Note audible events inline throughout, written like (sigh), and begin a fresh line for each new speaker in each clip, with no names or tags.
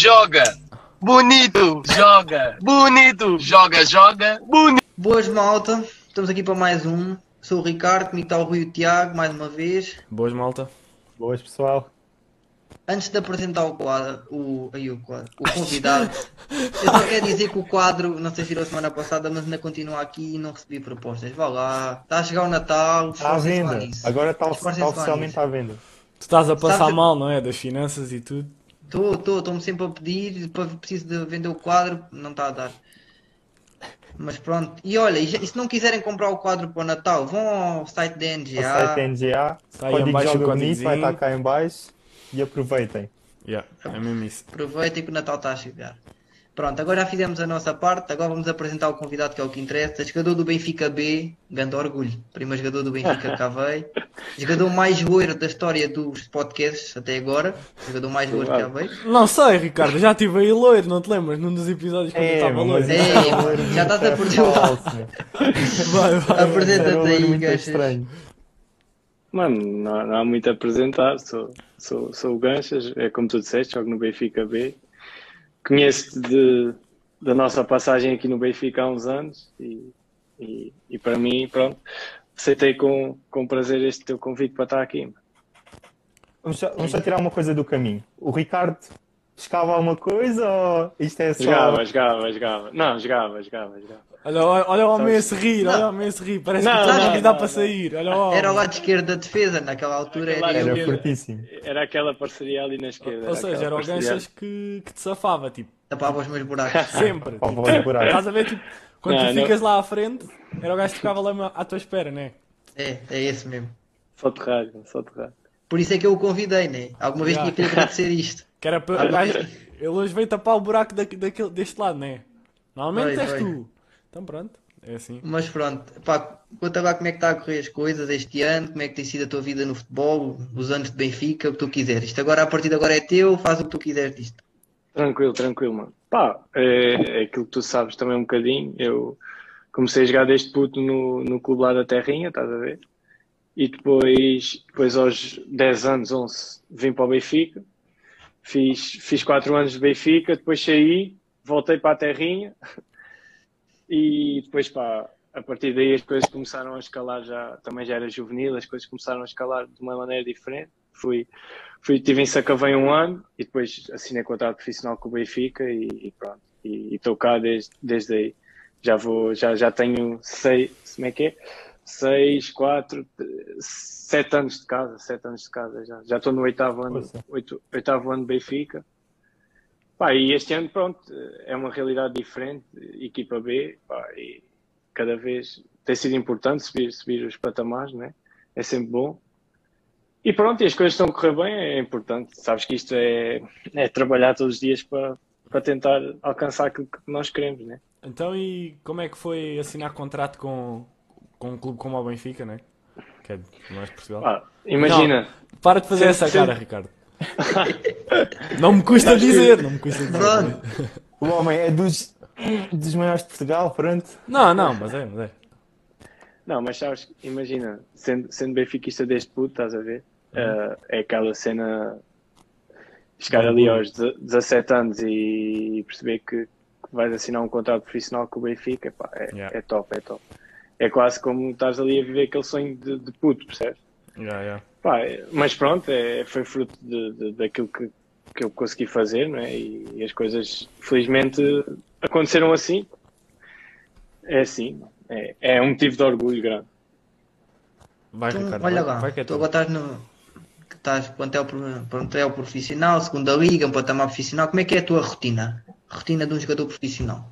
joga,
Bonito!
joga,
Bonito!
joga, joga.
Bonito!
Boas malta, estamos aqui para mais um. Sou o Ricardo, comigo está o Rui e o Tiago, mais uma vez.
Boas, malta.
Boas pessoal,
Antes de apresentar o quadro, o, aí, o, quadro, o convidado,
(laughs)
eu só quero dizer que o quadro, não sei se virou semana passada, mas ainda continua aqui e não recebi propostas. Vá lá, está a chegar o Natal,
está à
esforcem-se lá
venda.
nisso.
Agora está
Esforcem-se lá
oficialmente tá
nisso.
à venda.
Tu estás a passar
Sabes-
mal, não é? Das finanças e tudo.
Estou, estou, estou-me sempre a pedir, para- preciso de vender o quadro, não está a dar. Mas pronto, e olha, e, já- e se não quiserem comprar o quadro para o Natal, vão ao site da
O
NGA,
site NGA,
Está
um
aí
código
embaixo o
joga bonito, vai
códigozinho.
estar cá em baixo e aproveitem.
Yeah, é mesmo isso.
aproveitem que o tipo, Natal está a chegar. Pronto, agora já fizemos a nossa parte, agora vamos apresentar o convidado que é o que interessa, jogador do Benfica B, grande orgulho, primeiro jogador do Benfica cá
(laughs)
veio, jogador mais loiro da história dos podcasts até agora, jogador mais loiro que cá veio.
Não sei, Ricardo, já estive aí loiro, não te lembras? Num dos episódios quando eu
É,
estava
mas
loiro.
é-
isso um olho
já estás a
muito
perder.
falso, meu.
(laughs)
Vai, vai.
Isso era um
Apresenta-te
olho
aí,
muito
gajas.
estranho.
Mano, não, não há muito a apresentar, sou, sou, sou o Ganchas, é como tu disseste, jogo no Benfica B. Conheço-te de- da nossa passagem aqui no Benfica há uns anos e, e, e para mim, pronto, aceitei com, com prazer este teu convite para estar aqui.
Vamos só, vamos só tirar uma coisa do caminho. O Ricardo escava alguma coisa ou isto é só.
Jogava, jogava, jogava. Não, jogava, jogava, jogava.
Olha, olha, olha o homem a se rir, olha o homem a se rir. Parece
Não,
que está a
não,
convidar
não,
para
não.
sair. Olha o homem.
Era o lado esquerdo da defesa, naquela altura
Aquele
era
lado
ele.
Era fortíssimo.
Era aquela parceria ali na esquerda.
Ou seja,
aquela
era o
parceria.
Ganchas que, que te safava, tipo,
tapava os meus
(laughs)
buracos.
sempre.
Pá,
Tipo,
vou
(laughs)
apurar.
estás a ver, tipo, quando
Não,
tu
não.
ficas lá à frente, era o gajo que ficava lá à tua espera, né?
É, é esse mesmo.
Só de rádio, só de rádio.
Por isso é que eu o convidei, né? Alguma vez
Já.
tinha que lhe agradecer isto.
Que era para.
Ah,
o gajo- Ele hoje veio tapar o buraco da, daquele, deste lado, não é? Normalmente
Veio,
és
veio.
tu. Então pronto, é assim.
Mas pronto, pá, conta lá como é que está a correr as coisas este ano, como é que tem sido a tua vida no futebol, os anos de Benfica, o que tu quiseres. Isto agora, a partir de agora é teu, faz o que tu quiseres disto.
Tranquilo, tranquilo, mano. Pá, é, é aquilo que tu sabes também um bocadinho. Eu comecei a jogar desde puto no, no clube lá da Terrinha, estás a ver? E depois, depois aos 10 anos, 11, vim para o Benfica. Fiz, fiz 4 anos de Benfica, depois saí, voltei para a Terrinha. E depois, pá, a partir daí as coisas começaram a escalar já, também já era juvenil, as coisas começaram a escalar de uma maneira diferente. Fui, fui, tive em Sacavém um ano e depois assinei contrato profissional com o Benfica e, e pronto. E estou cá desde, desde aí. Já vou, já, já tenho seis, como é que é? Seis, quatro, eh, sete anos de casa, sete anos de casa já. Já estou no oitavo ano,
Poxa.
oito, oitavo ano de Benfica. Pá, e este ano, pronto, é uma realidade diferente, equipa B, pá, e cada vez tem sido importante subir, subir os patamares, né? É sempre bom. E pronto, e as coisas estão a correr bem, é importante. Sabes que isto é, é trabalhar todos os dias para, para tentar alcançar aquilo que nós queremos, né?
Então e como é que foi assinar contrato com, com um clube como o Benfica, né? Que é do Norte de Portugal.
Pá, Ah, imagina,
Para de fazer
Sim,
essa
sim.
cara, Ricardo. não me custa dizer, não me custa dizer.
Pronto,
O homem é dos, dos maiores de Portugal, pronto.
Não, não, mas é, mas é.
não, mas sabes, imagina, sendo, sendo benfiquista deste puto, estás a ver? Ah, é aquela cena, chegar ali aos deze- 17 anos e perceber que, que vais assinar um contrato profissional com o Benfica, pá, é,
Yeah.
é top, é top. É quase como estás ali a viver aquele sonho de, de puto, percebes?
Yeah, yeah.
Pá, é- mas pronto, é, foi fruto de, de- daquilo que, que eu consegui fazer, não é? E, e as coisas, felizmente, aconteceram assim. É assim. É, é um motivo de orgulho grande.
Vai,
então,
Ricardo.
olha
vai,
lá,
vai que é
tu
tu.
agora estás no... que Estás plantel, pro- plantel profissional, segunda liga, um patamar profissional. Como é que é a tua rotina? Rotina de um jogador profissional.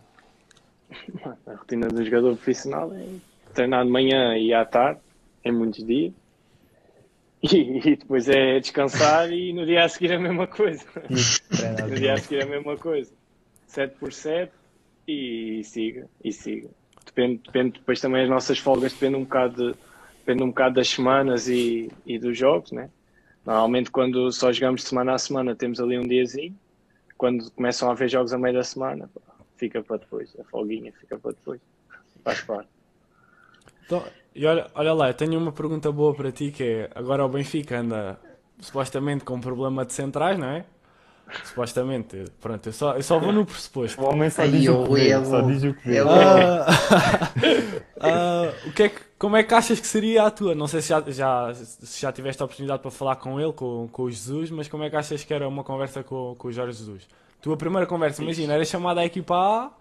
A rotina do jogador profissional é treinar de manhã e à tarde, em muitos dias. (laughs) E, e depois é descansar e no dia a seguir a mesma coisa. No dia a seguir a mesma coisa. 7 por 7 e siga, e siga. Depende, depende, depois também as nossas folgas dependem um bocado, de- depende um bocado das semanas e, e dos jogos, né? Normalmente quando só jogamos de semana a semana temos ali um diazinho. Quando começam a haver jogos a meio da semana, pá, fica para depois. A folguinha fica para depois. Faz parte.
Então, e olha, olha lá, eu tenho uma pergunta boa para ti que é, agora o Benfica anda supostamente com um problema de centrais, não é? Supostamente. Pronto, eu só, eu só vou no pressuposto.
O homem só
Ai,
diz
eu
o que vê,
amo.
só diz o que vê.
Eu
Ah, (laughs) ah, o que é que- como é que achas que seria a tua? Não sei se já, já- se já tiveste a oportunidade para falar com ele, com, com o Jesus, mas como é que achas que era uma conversa com, com o Jorge Jesus? Tua primeira conversa, imagina, era chamada à equipa A,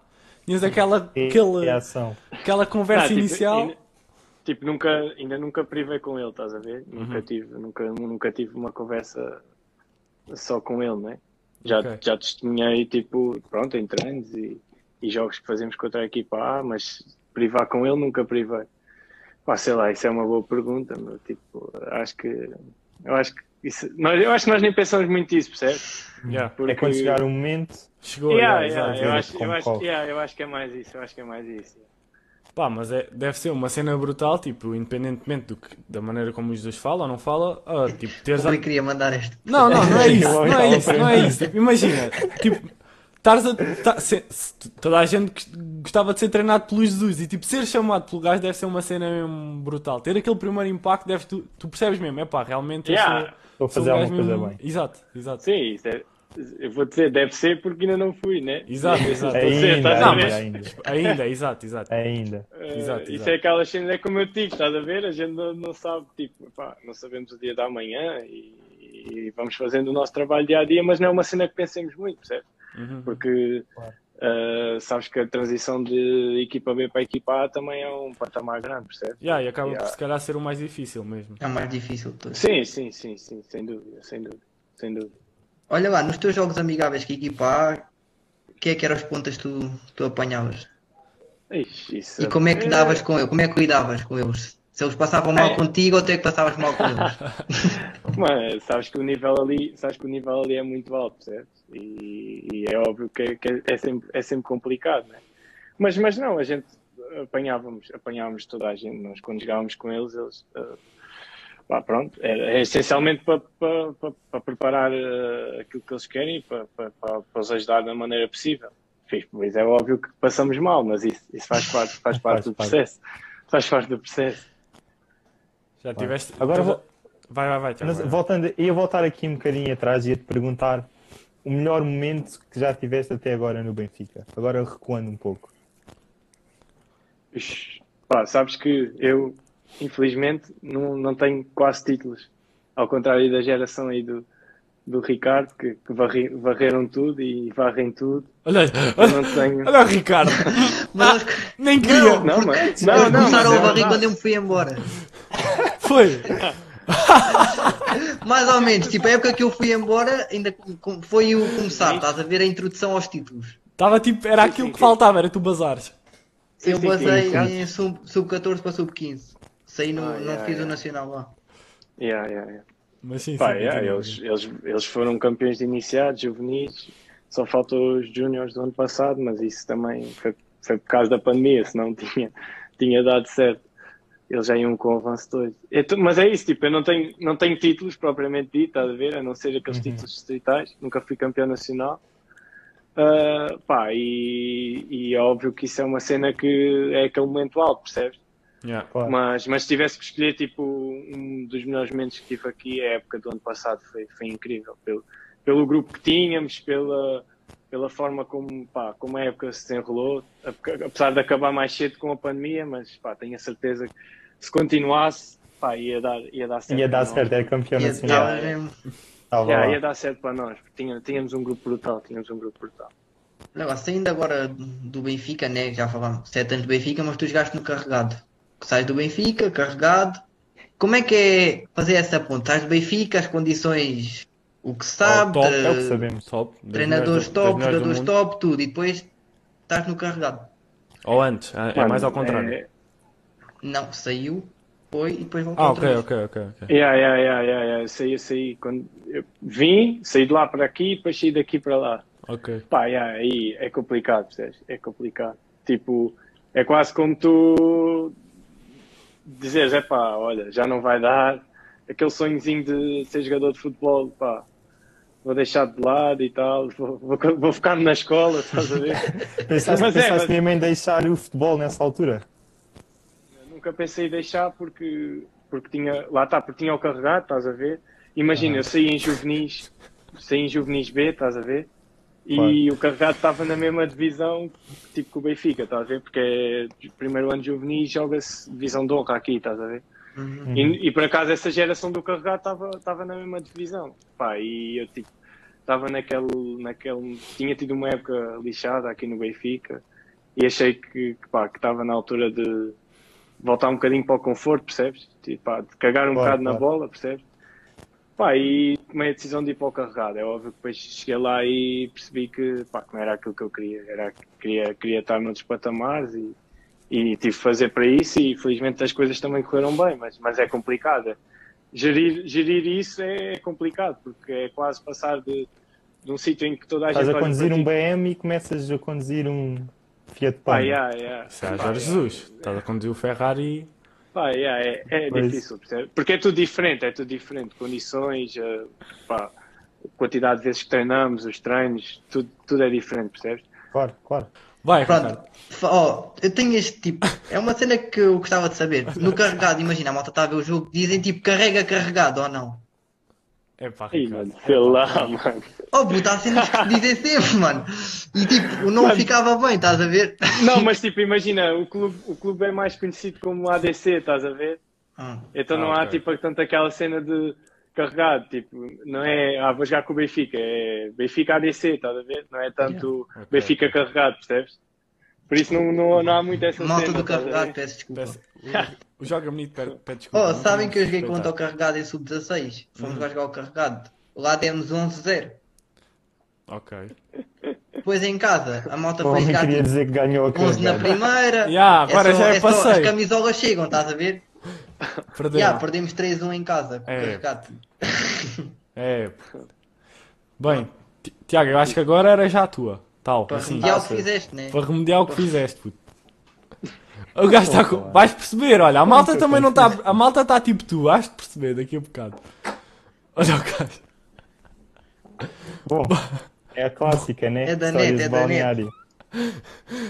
tinhas aquela,
E-
aquela,
e É a ação.
aquela
Ah,
conversa
tipo,
inicial.
Ainda, tipo, nunca, ainda nunca privei com ele, estás a ver?
Uhum.
Nunca, tive, nunca, nunca tive uma conversa só com ele, né? Já,
Ok.
já testemunhei, tipo, pronto, em treinos e, e jogos que fazemos contra a equipa A, mas privar com ele nunca privei. Pá, sei lá, isso é uma boa pergunta, meu. Tipo, acho que. Eu acho que. Isso, nós, eu acho que nós nem pensamos muito nisso, percebes?
Yeah,
É quando chegar o momento.
Chegou,
Yeah,
yeah, exato,
yeah, eu
exato.
acho- eu acho- yeah, eu acho que é mais isso, eu acho que é mais isso.
Pá, mas é, deve ser uma cena brutal, tipo, independentemente do que- da maneira como o Jesus fala ou não fala, ah, tipo, teres a-
Eu queria mandar este.
Não, não,
(laughs)
não é isso,
Eu
não é
estava
isso, não é isso. Tipo, imagina, tipo, estares a. ta- se- se- toda a gente gost- gostava de ser treinado pelo Jesus e, tipo, ser chamado pelo gajo deve ser uma cena mesmo brutal. Ter aquele primeiro impacto, deve, tu, tu percebes mesmo, é pá, realmente. eu
Yeah.
sou-
Vou
sou um
fazer
gajo
alguma coisa
mesmo-
bem.
Exato, exato.
Sim, isso é- eu vou dizer, deve ser porque ainda não fui, né?
Exato, exato.
Deve ser,
É Ainda,
estás a
Não,
ver?
mas
ainda.
ainda, exato,
É.
exato.
Ainda.
Eh,
Exato,
isso
exato.
é aquela cena, é como eu digo, estás a ver? A gente não, não sabe, tipo, pá, não sabemos o dia da manhã e, e vamos fazendo o nosso trabalho dia a dia, mas não é uma cena que pensemos muito, percebes?
Uhum.
Porque
Claro.
eh, sabes que a transição de equipa B para equipa A também é um patamar grande, percebes?
Yeah, e acaba por
Yeah.
se calhar ser o mais difícil mesmo.
É o mais difícil de todos.
Sim, sim, sim, sim, sem dúvida, sem dúvida, sem dúvida.
Olha lá, nos teus jogos amigáveis que equipar, quem é que eram os pontas que tu, tu apanhavas?
Ixi, isso
E como é que davas
Eh,
com eles? Como é que lidavas com eles? Se eles passavam mal
É.
contigo ou tu é que passavas mal com
(laughs)
eles?
Mano, sabes que o nível ali, sabes que o nível ali é muito alto, certo? E, e é óbvio que, que é- é, sempre, é sempre complicado, né? Mas, mas não, a gente apanhávamos, apanhávamos toda a gente, nós quando jogávamos com eles, eles eh, pá, pronto, é, é essencialmente para preparar eh, aquilo que eles querem e para os ajudar da maneira possível. Fiz, Pois é óbvio que passamos mal, mas isso, isso faz parte, faz parte do
parte.
processo. Faz parte do processo.
Já tiveste.
Agora
toda-
vou-
Vai, vai,
Tá
vai, Tiago.
Mas
vai, vai.
voltando, eu ia voltar aqui um bocadinho atrás e ia te perguntar o melhor momento que já tiveste até agora no Benfica. Agora recuando um pouco.
Ixi, Pá, sabes que eu, infelizmente, não, não tenho quase títulos. Ao contrário da geração aí do, do Ricardo, que, que varre- varreram tudo e varrem tudo.
Olha,
Eu
(laughs)
olha,
não tenho.
olha o Ricardo.
Mas eles-
Nem queria.
Não, mas. Não,
eles começaram
não, mas é
a
eu-
varrer quando eu me fui embora.
Foi.
Mais ou menos, tipo, a época que eu fui embora ainda com- com- foi o começar, estás a ver a introdução aos títulos.
Tava tipo, era aquilo que faltava, era tu bazares.
Sim,
Eu
sim, sim,
passei
sim.
em sub- sub-14 para sub-15. Saí, no,
Ah,
não
yeah,
fiz o
yeah.
nacional lá.
Yeah, yeah, yeah.
Mas sim, sim,
Pá,
é,
yeah,
continua.
eles, eles, eles foram campeões de iniciados, juvenis. Só faltou os júniores do ano passado, mas isso também foi, foi por causa da pandemia, senão (laughs) tinha, tinha dado certo. Eles já iam com o avanço 2. Mas é isso, tipo, eu não tenho, não tenho títulos propriamente dito, estás a ver? A não ser aqueles títulos distritais. Nunca fui campeão nacional. Ah, pá, e, e é óbvio que isso é uma cena que é aquele momento alto, percebes?
Yeah.
Claro.
Mas, mas se tivesse que escolher, tipo, um dos melhores momentos que tive aqui, a época do ano passado foi, foi incrível. Pelo, pelo grupo que tínhamos, pela, pela forma como, pá, como a época se desenrolou, Ape- apesar de acabar mais cedo com a pandemia, mas pá, tenho a certeza que se continuasse, pá, ia dar, ia dar certo.
Ia dar
para
certo, é
nós.
era campeão
E
nacional.
estava mesmo-
Estava
Yeah,
lá.
ia dar certo para nós, porque tinha- tínhamos um grupo brutal, tínhamos um grupo brutal.
Olha lá, assim, saindo agora do Benfica, né? Já falámos, 7 anos do Benfica, mas tu jogaste no carregado. Sais do Benfica, carregado. Como é que é fazer essa ponte? Sais do Benfica, as condições, o que se sabe,
top,
É o que
de-
sabemos.
Top. das
eh, treinadores
melhores do- das
top,
melhores do
jogadores
mundo.
top, tudo. E depois estás no carregado.
Ou antes, é é mais ao contrário.
É,
Não, saiu, foi e depois voltou
Ah,
outra
ok,
vez.
ok, ok. ok.
Yeah, yeah, yeah, yeah, yeah. Eu saí, eu saí quando eu vim, saí de lá para aqui e depois saí daqui para lá.
É.
Ok.
Pá, yeah, aí é complicado, percebes? É complicado. Tipo, é quase como tu dizeres, é pá, olha, já não vai dar. Aquele sonhozinho de ser jogador de futebol, pá, vou deixar de lado e tal, vou, vou, vou ficar-me na escola, estás a ver?
Pensaste,
Mas é,
pensaste
mas-
mesmo em deixar o futebol nessa altura?
Nunca pensei em deixar porque, porque tinha, lá está, porque tinha o carregado, estás a ver? Imagina, eu saí em juvenis, sem juvenis B, estás a ver? E
Claro.
o Carregado estava na mesma divisão tipo que o Benfica, estás a ver? Porque é de primeiro ano de juvenis joga-se divisão de honra aqui, estás a ver? E, e por acaso essa geração do Carregado estava estava na mesma divisão. Pá, e eu tipo, estava naquele, naquele. Tinha tido uma época lixada aqui no Benfica e achei que que, pá, que estava na altura de voltar um bocadinho para o conforto, percebes? Tipo, pá, de cagar um
Claro,
bocado na
claro.
bola, percebes? Pá, e tomei a decisão de ir para o carregado. É óbvio que depois cheguei lá e percebi que, pá, que não era aquilo que eu queria. Era, queria, queria estar noutros patamares e, e tive que fazer para isso e felizmente as coisas também correram bem, mas, mas é complicado. Gerir, gerir isso é complicado, porque é quase passar de, de um sítio em que toda a gente...
Estás a
olha
conduzir
para
um
ti,
BM e começas a conduzir um Fiat
Pá,
Pano.
Ah, yeah, yeah.
Isso é
Pá,
Jorge Jesus. Estás a conduzir o Ferrari e.
Pá, yeah, é, é
Pois.
difícil, percebe? Porque é tudo diferente, é tudo diferente. Condições, eh, pá, quantidade de vezes que treinamos, os treinos, tudo, tudo é diferente, percebes?
Claro, claro.
Tá
Vai,
Pronto,
Ricardo.
Fa- ó, eu tenho este tipo. É uma cena que eu gostava de saber. No carregado, imagina, a malta está a ver o jogo, dizem tipo carrega carregado ou não.
É pá,
Ih,
Ricardo.
mano, sei lá, mano.
Oh, puta, há cenas que se dizem sempre, (laughs) mano. E tipo, não ficava bem, estás a ver?
Não, mas tipo, imagina, o clube, o clube é mais conhecido como ADC, estás a ver?
Hum.
Então
Ah,
não há
ok.
tipo tanto aquela cena de carregado, tipo, não é, ah, vou jogar com o Benfica, é Benfica ADC, estás a ver? Não é tanto
Yeah. Ok,
Benfica carregado, percebes? Por isso não, não, não há muito essa
Malta
cena.
do
estás a ver?
carregado, peço desculpa.
Peço- O, o joga bonito, pede pede desculpa. Hum.
Oh,
não
sabem
podemos
que eu joguei contra
respeitar.
o carregado em sub-16. Fomos lá jogar o carregado. Lá demos 11-0.
Ok.
Depois em casa, a malta foi
O homem
jogar
queria
tipo,
dizer que ganhou a
11 na
carregada.
primeira.
(laughs) Yeah, agora
só-
já é
só- As
passeio.
camisolas chegam, estás a ver?
Perdeu.
Yeah, perdemos 3-1 em casa com o
É.
carregado.
É. pô. Bem, Ti- Tiago, eu acho que agora era já a tua. Tal.
Para
assim.
remediar o que fizeste, né?
Para remediar o que fizeste, puto. O gajo está com... Vais perceber, olha, a malta também não está. A malta está tipo tu, vais de perceber daqui a bocado. Olha o gajo.
Bom, é a clássica, né?
É da
Histórias
net, é
de
da net.
balneário.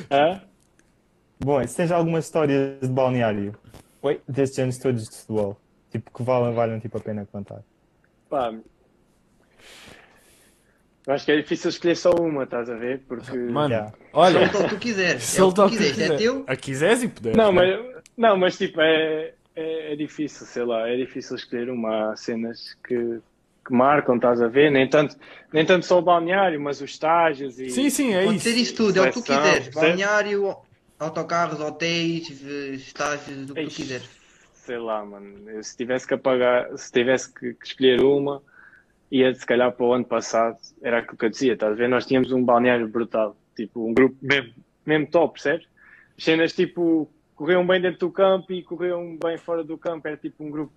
Hã?
Bom, se tens algumas histórias de balneário, Oi? destes anos todos de futebol, tipo, que valem, valem tipo, a pena contar.
Pá, eu acho que é difícil escolher só uma, estás a ver? Porque.
Mano,
Yeah.
olha,
Solta o que tu quiseres. É o que
solta
tu
o que
quiseres.
quiser.
É teu?
A quiseres e puderes.
Não, mas, não, mas tipo, é, é, é difícil, sei lá, é difícil escolher uma. Há cenas que, que marcam, estás a ver? Nem tanto, nem tanto só o balneário, mas os estágios e.
Sim, sim, é
Pode
isso.
ser isso tudo, é o que tu
Seleção,
quiseres.
percebes?
Balneário, autocarros, hotéis, eh, estágios, o que tu
Eish,
quiseres.
Sei lá, mano. Eu, se tivesse que apagar, se tivesse que, que escolher uma, ia se calhar para o ano passado. Era aquilo que eu dizia, estás a ver? Nós tínhamos um balneário brutal, tipo, um grupo mesmo, mesmo top, percebes? As cenas tipo, corriam bem dentro do campo e corriam bem fora do campo, era tipo um grupo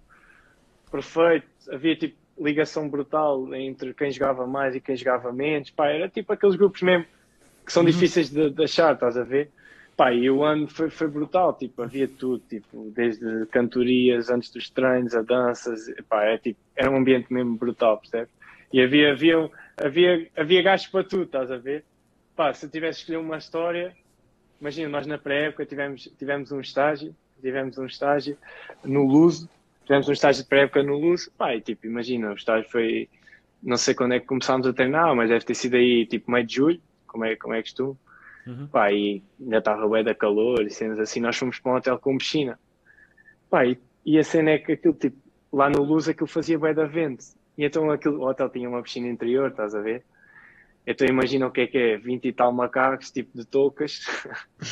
perfeito, havia tipo ligação brutal entre quem jogava mais e quem jogava menos, pá, era tipo aqueles grupos mesmo que são difíceis de, de achar, estás a ver? Pá, e o ano foi, foi brutal, tipo, havia tudo, tipo, desde cantorias, antes dos treinos, a danças, pá, é, tipo, era um ambiente mesmo brutal, percebes? E havia, havia, havia, havia gajos para tudo, estás a ver? Pá, se eu tivesse escolhido uma história, imagina, nós na pré-época tivemos, tivemos um estágio, tivemos um estágio no Luso, tivemos um estágio de pré-época no Luso, pá, e tipo, imagina, o estágio foi, não sei quando é que começámos a treinar, mas deve ter sido aí, tipo, meio de julho, como é, como é costume,
Uhum.
pá, e ainda estava bué da calor e cenas assim, nós fomos para um hotel com piscina, pá, e, e a cena é que aquilo, tipo, lá no Luso aquilo fazia bué da vento, e então aquilo, o hotel tinha uma piscina interior, estás a ver? Então imagina o que é que é, 20 e tal macacos, tipo de toucas, (laughs)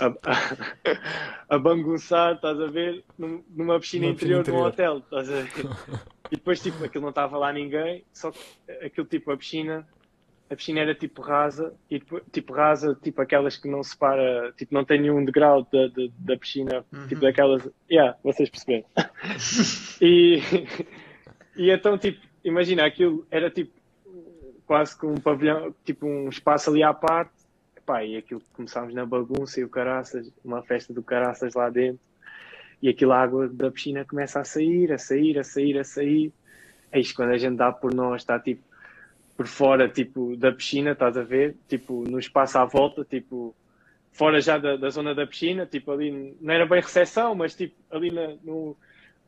a, a, a bagunçar, estás a ver, num- numa piscina
Numa piscina
interior de
interior.
um hotel, estás a ver? E depois, tipo, aquilo não estava lá ninguém, só que aquilo, tipo, a piscina, a piscina era tipo rasa, e depois- tipo rasa, tipo aquelas que não separa, tipo, não tem nenhum degrau da, da, da piscina, tipo daquelas, yeah, vocês perceberam. e, e então, tipo, imagina, aquilo era tipo quase que um pavilhão, tipo um espaço ali à parte, Epá, e aquilo começámos na bagunça e o caraças, uma festa do caraças lá dentro, e aquilo a água da piscina começa a sair, a sair, a sair, a sair. É isto, quando a gente dá por nós, está tipo por fora, tipo da piscina, estás a ver? Tipo, no espaço à volta, tipo fora já da, da zona da piscina, tipo ali, não era bem recepção, mas tipo ali na- no,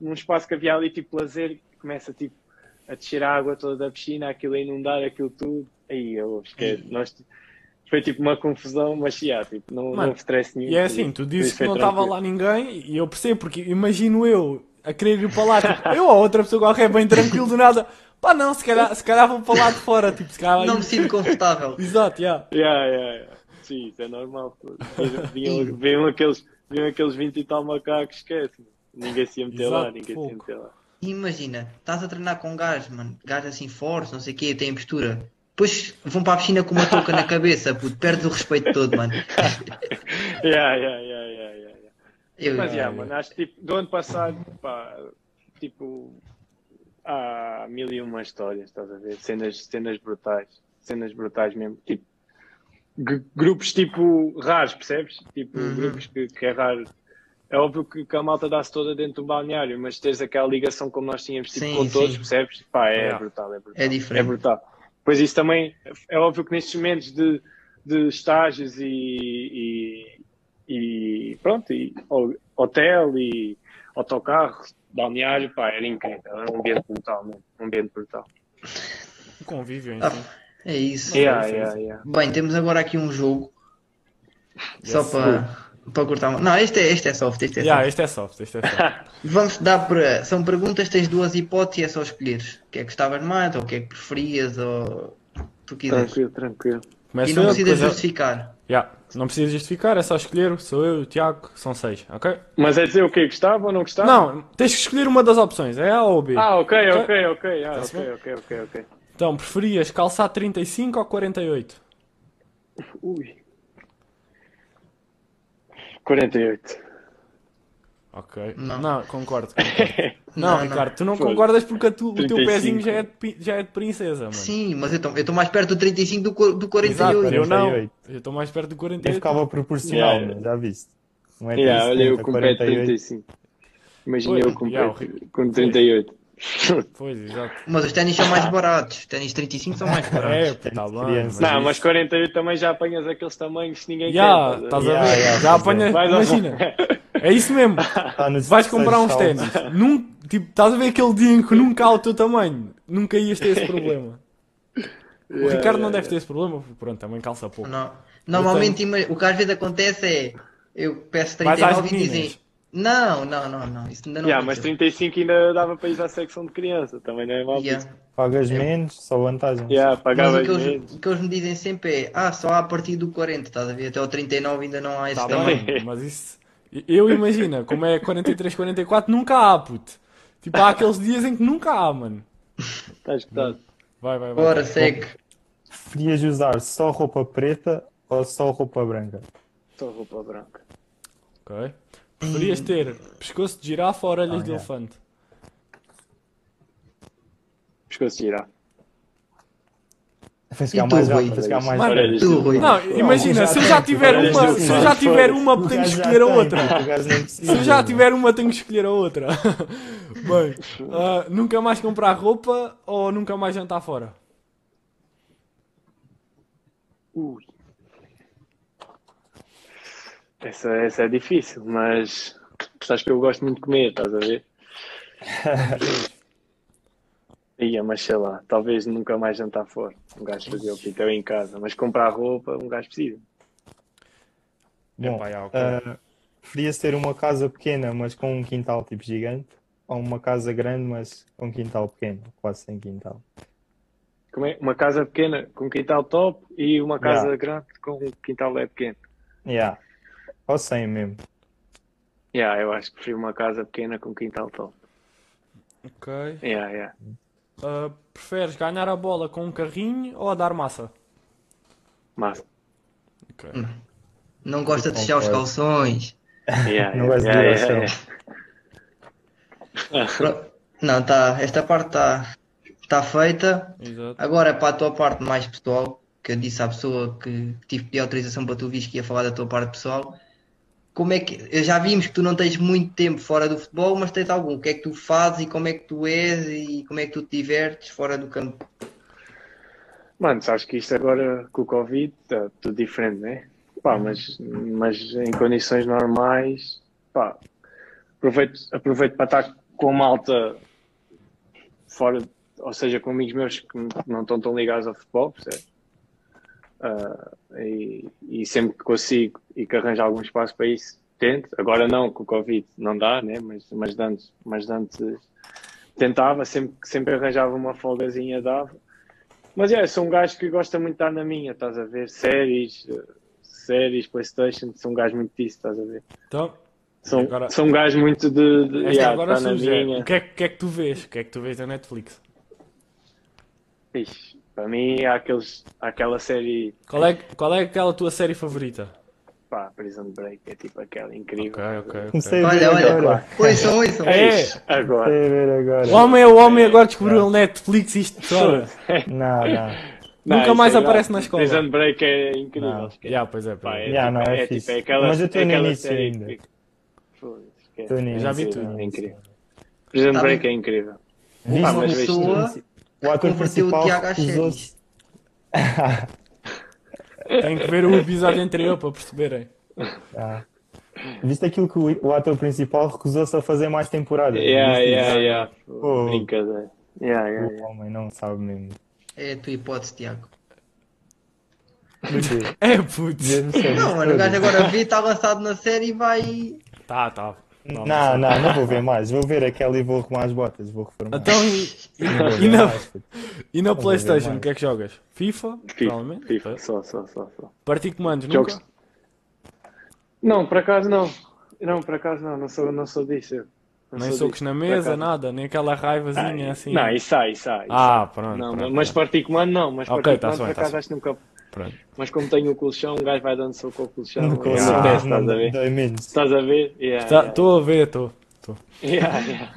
num espaço que havia ali, tipo lazer, começa tipo a descer a água toda da piscina, aquilo a inundar, aquilo tudo. Aí eu esquece. Nós, foi tipo uma confusão, mas yeah, tipo, não,
Mano,
não houve stress nenhum.
E é assim, tu dizes
Isso
que
foi
não estava
tranquilo.
lá ninguém e eu percebo, porque imagino eu a querer ir para lá, tipo, (laughs) eu ou outra pessoa qualquer bem tranquilo do nada, pá não, se calhar, se calhar vou para lá de fora, tipo, se calhar.
Não me sinto confortável.
Exato, yeah.
Yeah, yeah, yeah. Sim, isso é normal. pô. Vinham, vinham aqueles, vinham aqueles 20 e tal macacos, esquece. Ninguém se ia meter lá,
Exato,
ninguém se ia
pouco.
meter lá.
Imagina, estás a treinar com gajo, mano. Gajo assim forte, não sei o quê, tem postura. Depois vão para a piscina com uma touca
(laughs)
na cabeça, puto. Perdes o respeito todo, mano.
Yeah, yeah, yeah, yeah, yeah, yeah.
Eu,
Mas, yeah, mano, acho que tipo, do ano passado, pá, tipo, há mil e uma histórias, estás a ver? Cenas, cenas brutais, cenas brutais mesmo. Tipo, gru- grupos tipo raros, percebes? Tipo,
Uhum.
grupos que, que é raro. É óbvio que, que a malta dá-se toda dentro do balneário, mas teres aquela ligação como nós tínhamos tipo,
Sim,
com todos,
sim.
percebes? Pá, é
Yeah.
brutal, é brutal.
É diferente.
É brutal. Pois isso também, é óbvio que nestes momentos de, de estágios e, e, e pronto, e ho- hotel e autocarro, balneário, pá, era incrível, era um ambiente brutal, mesmo, um ambiente brutal.
O convívio em
Ah,
si.
é isso.
Yeah,
sim,
yeah,
sim.
yeah.
Bem, temos agora aqui um jogo. Só
Yes.
para. Para cortar. Não, este é, este é soft. Este é
Yeah,
soft.
este é soft, este é soft.
Vamos dar para. São perguntas, tens duas hipóteses, é só escolheres. O que é que gostavas mais, ou o que é que preferias, ou. Tu quiseres.
Tranquilo, tranquilo.
Começo
e
é
não
eu,
precisas
depois eu-
justificar.
Yeah, Não precisa justificar, é só escolher, sou eu e o Tiago, são seis, ok?
Mas é dizer o que Gostava ou não gostava?
Não, tens que escolher uma das opções, é A ou B.
Tá. Ah, ok, ok, ok, ah,
Tá-se
ok, ok, ok, ok.
Então, preferias calçar 35 ou 48?
Ui. 48.
Ok.
Não.
Não, concordo. concordo. Não,
Não,
Ricardo, tu não
Foda-se.
concordas porque a tu- o teu
35.
pezinho já é de, pi- já é de princesa, mano.
Sim, mas eu tô- eu estou mais perto do 35 do, cor- do um.
Exato,
48.
eu não.
48.
Eu estou mais perto do
Eu
48.
ficava proporcional,
Yeah.
né? já viste. Não é
Yeah, olha, eu
370,
com pé de
48.
35. Imagina
Pois,
eu com,
yeah,
pé-
horrível.
com 38.
(laughs)
Pois, exato.
Mas os ténis são mais baratos. Os ténis 35 são mais baratos.
É, pô, tá bom.
criança.
Não,
isso-
mas 48 também já apanhas aqueles tamanhos que ninguém
Já,
quer.
estás a
ver?
Yeah,
ver?
yeah,
já
pois é.
apanhas.
Vai lá,
Imagina,
vou-
é isso mesmo.
Tá nos
Vais comprar uns
seis
ténis.
saltos.
Num, tipo, estás a ver aquele dia em que nunca há o teu tamanho. Nunca ias ter esse problema. O
Yeah,
Ricardo não
yeah,
deve ter esse problema, porque pronto, também calça pouco.
Não. Normalmente, ima- o que às vezes acontece é. Eu peço
Vais às
39 e
meninas.
dizem. Não, não, não, não. Isso ainda não
(laughs) Yeah, mas
aconteceu.
35 ainda dava para ir à secção de criança, também não é mal. Yeah.
Yeah.
Pagas menos, só vantagens.
Mas o
pagava
que,
dinheiro.
eles, o que eles me dizem sempre é: ah, só há a partir do 40, estás a ver? Até o 39 ainda não há esse
Tá
tamanho.
bem, mas isso. Eu imagino, como é 43, 44, nunca há, puto. Tipo, há aqueles dias em que nunca há, mano.
Estás escutado.
Vai, vai, vai.
Bora, segue.
Preferias usar só roupa preta ou só roupa branca?
Só roupa branca.
Ok. Preferias ter pescoço de girafa ou orelhas de
yeah.
elefante?
Pescoço de girar.
Fez
E
ficar
tu,
mais
Rui?
rápido, fez ficar mais
Mano,
rápido.
tu, Rui.
Não, imagina, se eu já tiver
Orelhas de
uma, se eu já
elefante,
tiver
foda-se.
uma,
O
tenho que
gajo já
escolher a
tem,
outra.
pô, o gajo nem
Se eu
precisa,
já
mano.
tiver uma, tenho que escolher a outra. (laughs) Bem, ah, nunca mais comprar roupa ou nunca mais jantar fora?
Ui. Essa, essa é difícil, mas sabes que eu gosto muito de comer, estás a ver? Ia, mas sei lá, talvez nunca mais jantar fora. Um gajo fazia o pitel em casa, mas comprar roupa, um gajo precisa.
Bom,
Epá, já, ok.
ah, preferias ter uma casa pequena, mas com um quintal tipo gigante, ou uma casa grande, mas com um quintal pequeno, quase sem quintal.
Como é? Uma casa pequena com quintal top e uma casa
Yeah.
grande com quintal é pequeno.
Yeah. Ou sem mesmo.
Yeah, eu acho que prefiro uma casa pequena com quintal top.
Ok.
Yeah, yeah.
Ah, preferes ganhar a bola com um carrinho ou a dar massa?
Massa.
Ok.
Não gosta de deixar os
Concordo.
calções.
Yeah,
Não
yeah,
vais
yeah,
dizer
yeah,
ao
yeah.
Pro- Não, tá. Esta parte está tá feita.
Exato.
Agora para a tua parte mais pessoal, que eu disse à pessoa que tive que pedir autorização para tu vires que ia falar da tua parte pessoal. Como é que. eu Já vimos que tu não tens muito tempo fora do futebol, mas tens algum. O que é que tu fazes e como é que tu és e como é que tu te divertes fora do campo?
Mano, sabes que isto agora com o Covid está tudo diferente, né? Pá, mas, mas em condições normais, pá, aproveito, aproveito para estar com a malta fora, ou seja, com amigos meus que n- não estão tão ligados ao futebol, percebes? Ah, e, e sempre que consigo e que arranjo algum espaço para isso, tento. Agora não, com o Covid não dá, né? mas, mas, antes, mas antes eh, tentava, sempre, sempre arranjava uma folgazinha, dava. Mas é, sou um gajo que gosta muito de estar na minha, estás a ver? Séries, eh, séries, Playstation, sou um gajo muito disso, estás a ver?
Então,
Sou,
Agora-
sou um gajo muito de, de
esta
yeah,
agora
tá na
surge. é,
minha.
O que, é, o que é que tu vês? O que é que tu vês na Netflix?
Ixi, para mim há, aqueles, há aquela série,
Qual é, qual é aquela tua série favorita?
pá, Prison Break, é tipo aquela incrível.
Ok, ok.
Comecei a ver
Olha, olha.
agora.
Ouçam, ouçam.
É.
Ixi, agora.
Comecei a ver agora.
O homem é o homem agora descobriu a Netflix e isto chora.
Não, não.
Não,
Nunca
isso
mais
é
aparece
grave.
na escola.
Prison Break é incrível.
Não.
esquece.
Yeah, pois é, pois é.
Pá, é,
Yeah,
tipo,
não, é
é,
fixe.
tipo, é aquela,
Mas eu tô
é
no
aquela
início
série
ainda.
que- Foda-se, esquece.
Tô nisso.
Já vi
Tô
tudo.
É
nisso.
incrível. Prison
Tá
Break
bem.
é incrível.
Viste
Ah, mas viste
o-
tudo.
o ator
Converteu o
principal
Tiago às
recusou-se.
Tem que ver o episódio anterior para
(laughs)
perceberem.
Ah. Viste aquilo que o, o ator principal recusou-se a fazer mais temporadas.
Yeah,
Viste
yeah,
isso?
yeah.
Oh.
Brincadeira. Yeah, yeah,
O
yeah.
homem não sabe mesmo.
É a tua hipótese, Tiago.
Porquê?
É putz.
Mesmo sem
Não, mano, o
todos.
gajo agora vê, está lançado na série e vai.
Tá, tá. Não,
Não, não, não vou ver mais. Vou ver aquela e vou arrumar as botas, vou reformar.
Então, e,
Não vou
e
ver
na,
mais, puto.
e na
ver
Playstation,
mais.
o que é que jogas? FIFA?
FIFA,
Provavelmente. Tá.
FIFA, só, só, só, só.
Partir comandos,
Jogos.
nunca?
Não, por acaso não. Não, por acaso não, não sou, não sou disso. eu. Não
Nem
sou
socos
disso,
na
por
mesa,
acaso.
nada, nem aquela raivazinha assim.
Não, isso há, isso há. isso há.
Ah, pronto.
Não,
pronto,
mas
pronto,
partir comando não, mas
Ok, tá tá-se
partir
bem,
comando por
tá-se
acaso
bem.
acho que nunca.
pronto.
Mas como tenho o colchão, um gajo vai dando soco ao colchão.
Não
e
consigo,
acontece,
não
estás a ver?
dói menos.
Estás a ver? Yeah,
Tá,
yeah,
Estou a ver, estou.
yeah, yeah.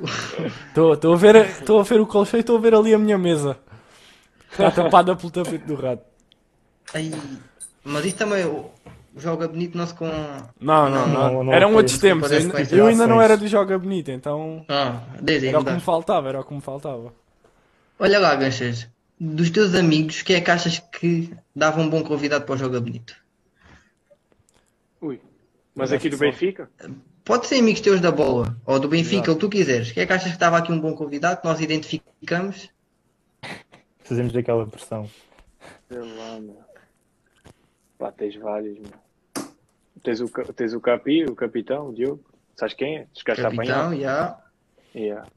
Estou a ver, estou a ver o colchão e estou a ver ali a minha mesa. Tá Está tapada pelo tapete do rato.
Ai, Mas isso também. o- O jogo é bonito, não se com.
Não, não,
Não,
não.
não
Eram
foi
outros
isso que
tempos.
parece
Eu,
com as
eu ainda não
gerações.
era do Joga Bonito, então.
Ah, desde aí,
Era o que
mudar.
me faltava, era o que me faltava.
Olha lá, Ganchas, dos teus amigos, quem é que achas que dava um bom convidado para o Joga Bonito?
Ui. Mas aqui
é
do Benfica?
Pode ser amigos teus da bola, ou do Benfica, o que tu quiseres. Quem é que achas que estava aqui um bom convidado, que nós identificamos?
Fazemos aquela pressão.
Sei lá, meu. Pá, tens vários, meu. Tens o, ca- tens o Capi, o capitão, o Diogo. Sabes quem é? Os gajos a apanhar.
Capitão, já.
Yeah.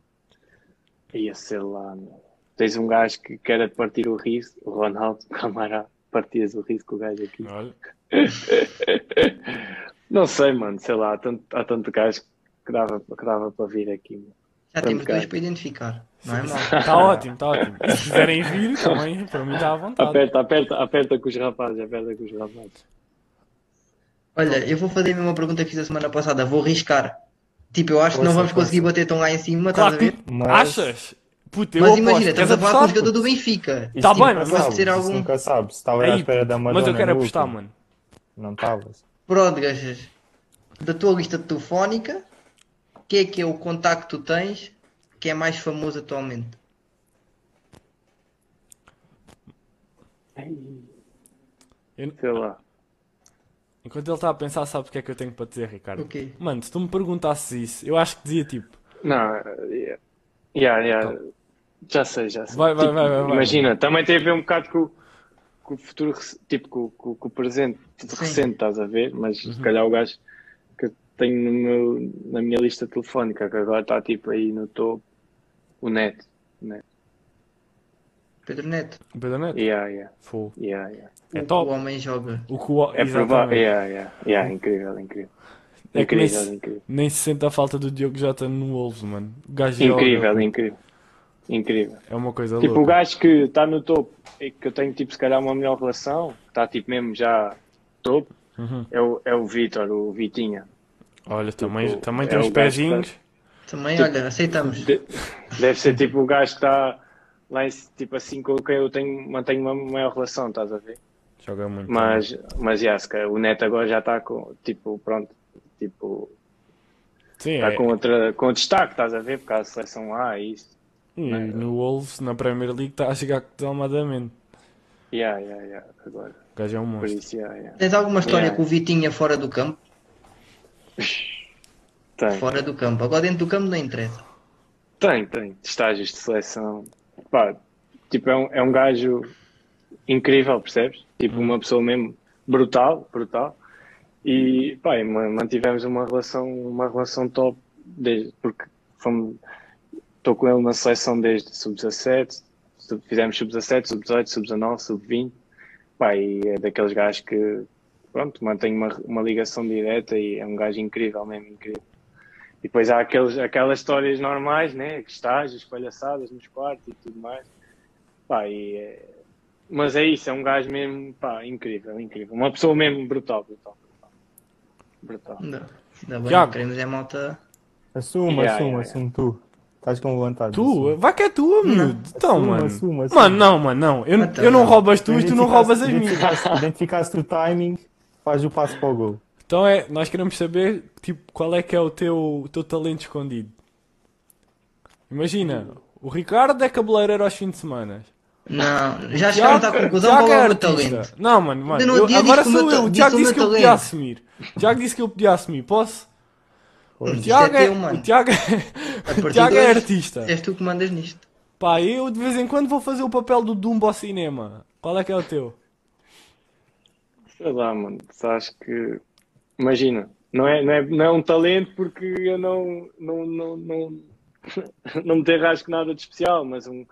Ia, sei lá, meu. Tens um gajo que quer partir o riso, o Ronaldo, (laughs) o Camará. Partias o riso com o gajo aqui.
Olha.
Não sei, mano, sei lá, há tanto, há tanto gajo que dava, que dava para vir aqui. Meu.
Já temos
Complicado.
dois para identificar, não é mal?
Está Tá ótimo, está ótimo. E Se quiserem vir, também, para mim está à vontade.
Aperta, aperta, aperta com os rapazes, aperta com os rapazes.
Olha, eu vou fazer a mesma pergunta que fiz a semana passada, vou riscar. Tipo, eu acho que não vamos conseguir bater tão lá em cima, estás a
Claro que
ver?
Mas-
achas? Puta, eu
Mas
aposto.
imagina, estamos
Queres
a falar com um
apostar?
jogador do Benfica.
Isso
Tá
nunca
bem, mas
sabes,
pode ser
isso
algum-
Ah, nunca sabes. Estava à
Aí,
espera da
mas
Madonna
eu quero
no
apostar,
último.
mano.
Não estavas.
Pronto, gajas. Da tua lista telefónica, quem é que é o contacto que tu tens que é mais famoso atualmente?
Eu-
Sei lá.
enquanto ele está a pensar, sabes o que é que eu tenho para dizer, Ricardo?
O quê?
Mano, se tu me perguntasses isso, eu acho que dizia tipo.
Não, yeah, yeah, yeah. já sei, já sei.
Então. Vai, vai,
Tipo,
vai, vai, vai.
imagina, também tem a ver um bocado com, com o futuro, rec- tipo, com, com- com o presente recente, estás a ver? Mas
Uhum.
se calhar o gajo que eu tenho no meu- na minha lista telefónica, que agora está tipo aí no topo, o Neto.
Pedro Neto.
Pedro Neto?
Yeah, yeah,
Fogo.
yeah, yeah.
É
o,
top.
o homem joga.
O que o...
É provável,
exatamente.
yeah, yeah, yeah, incrível, incrível.
É que nem
Incrível,
se,
incrível.
nem se sente a falta do Diogo Jota no Wolves, mano. O gajo joga.
Incrível, incrível. Incrível.
É uma coisa
Tipo, o
louca.
gajo que está no topo e que eu tenho, tipo, se calhar uma melhor relação, está, tipo, mesmo já topo,
Uhum.
é o, é o Vítor, o Vitinha.
Olha, também,
tipo,
também
é
tem
o
uns
gajo que
pezinhos.
Também,
Tipo,
olha, aceitamos.
De- deve ser, tipo, o gajo que está lá em, tipo, assim, com quem eu tenho, mantenho uma maior relação, estás a ver?
Joga muito.
Mas, mas, yeah, se calhar, o Neto agora já está com, tipo, pronto, tipo,
Sim,
está
é.
tá com, outra, com destaque, estás a ver? Por causa da seleção A e isso.
E no Wolves, na Premier League, está a chegar desalmadamente.
Yeah, yeah, yeah, agora.
O gajo é um
Por
monstro.
isso, yeah, yeah.
Tens alguma história
Yeah.
com o Vitinha fora do campo?
Tem,
Fora do campo. Agora dentro do campo não interessa.
tem, tem. Estágios de seleção. pá, tipo, é um, é um gajo incrível, percebes? Tipo, uma pessoa mesmo brutal, brutal. E, pá, e ma- mantivemos uma relação, uma relação top, desde, porque fomos, estou com ele na seleção desde sub-17, sub- fizemos sub-17, sub-18, sub-19, sub-20. Pá, e é daqueles gajos que, pronto, mantém uma, uma ligação direta e é um gajo incrível mesmo, incrível. E depois há aqueles, aquelas histórias normais, né? que Estágios, palhaçadas nos quartos e tudo mais. Pá, e é- Mas é isso, é um gajo mesmo, pá, incrível, incrível. Uma pessoa mesmo brutal, brutal, brutal. Brutal.
Ainda ainda bem,
Tiago.
queremos é malta.
Assuma,
Yeah,
assuma,
yeah,
assume tu. Estás com vontade.
Tu? Vai que é tua, miúdo. Então,
Assuma,
mano.
assuma, assuma.
Mano, não, mano, não. Eu,
Então,
eu não
não.
roubo as tuas, tu não roubas as minhas.
identificaste, identificaste o timing, faz o passo para o gol.
Então é, nós queremos saber, tipo, qual é que é o teu, o teu talento escondido. Imagina, o Ricardo é cabeleireiro aos fins de semana.
Não, já chegaram à conclusão
Tiago
qual é o meu
artista.
talento.
Não, mano, mano.
Ainda no
eu-
dia
agora
disse que o
sou
meu
eu.
ta-
O
disse
Tiago
o
disse
meu
que eu podia
talento.
assumir. O Tiago disse que eu podia assumir. Posso? O
Isto
Tiago
é
é,
teu, mano.
o Tiago
A
é,
partir
o Tiago
de
é
hoje,
artista.
És tu que mandas nisto.
Pá, eu de vez em quando vou fazer o papel do Dumbo ao cinema. Qual é que é o teu?
Sei lá, mano, acho que. Imagina, não é, não é, não é um talento porque eu não, não, não, não, (laughs) não me derrasco nada de especial, mas um.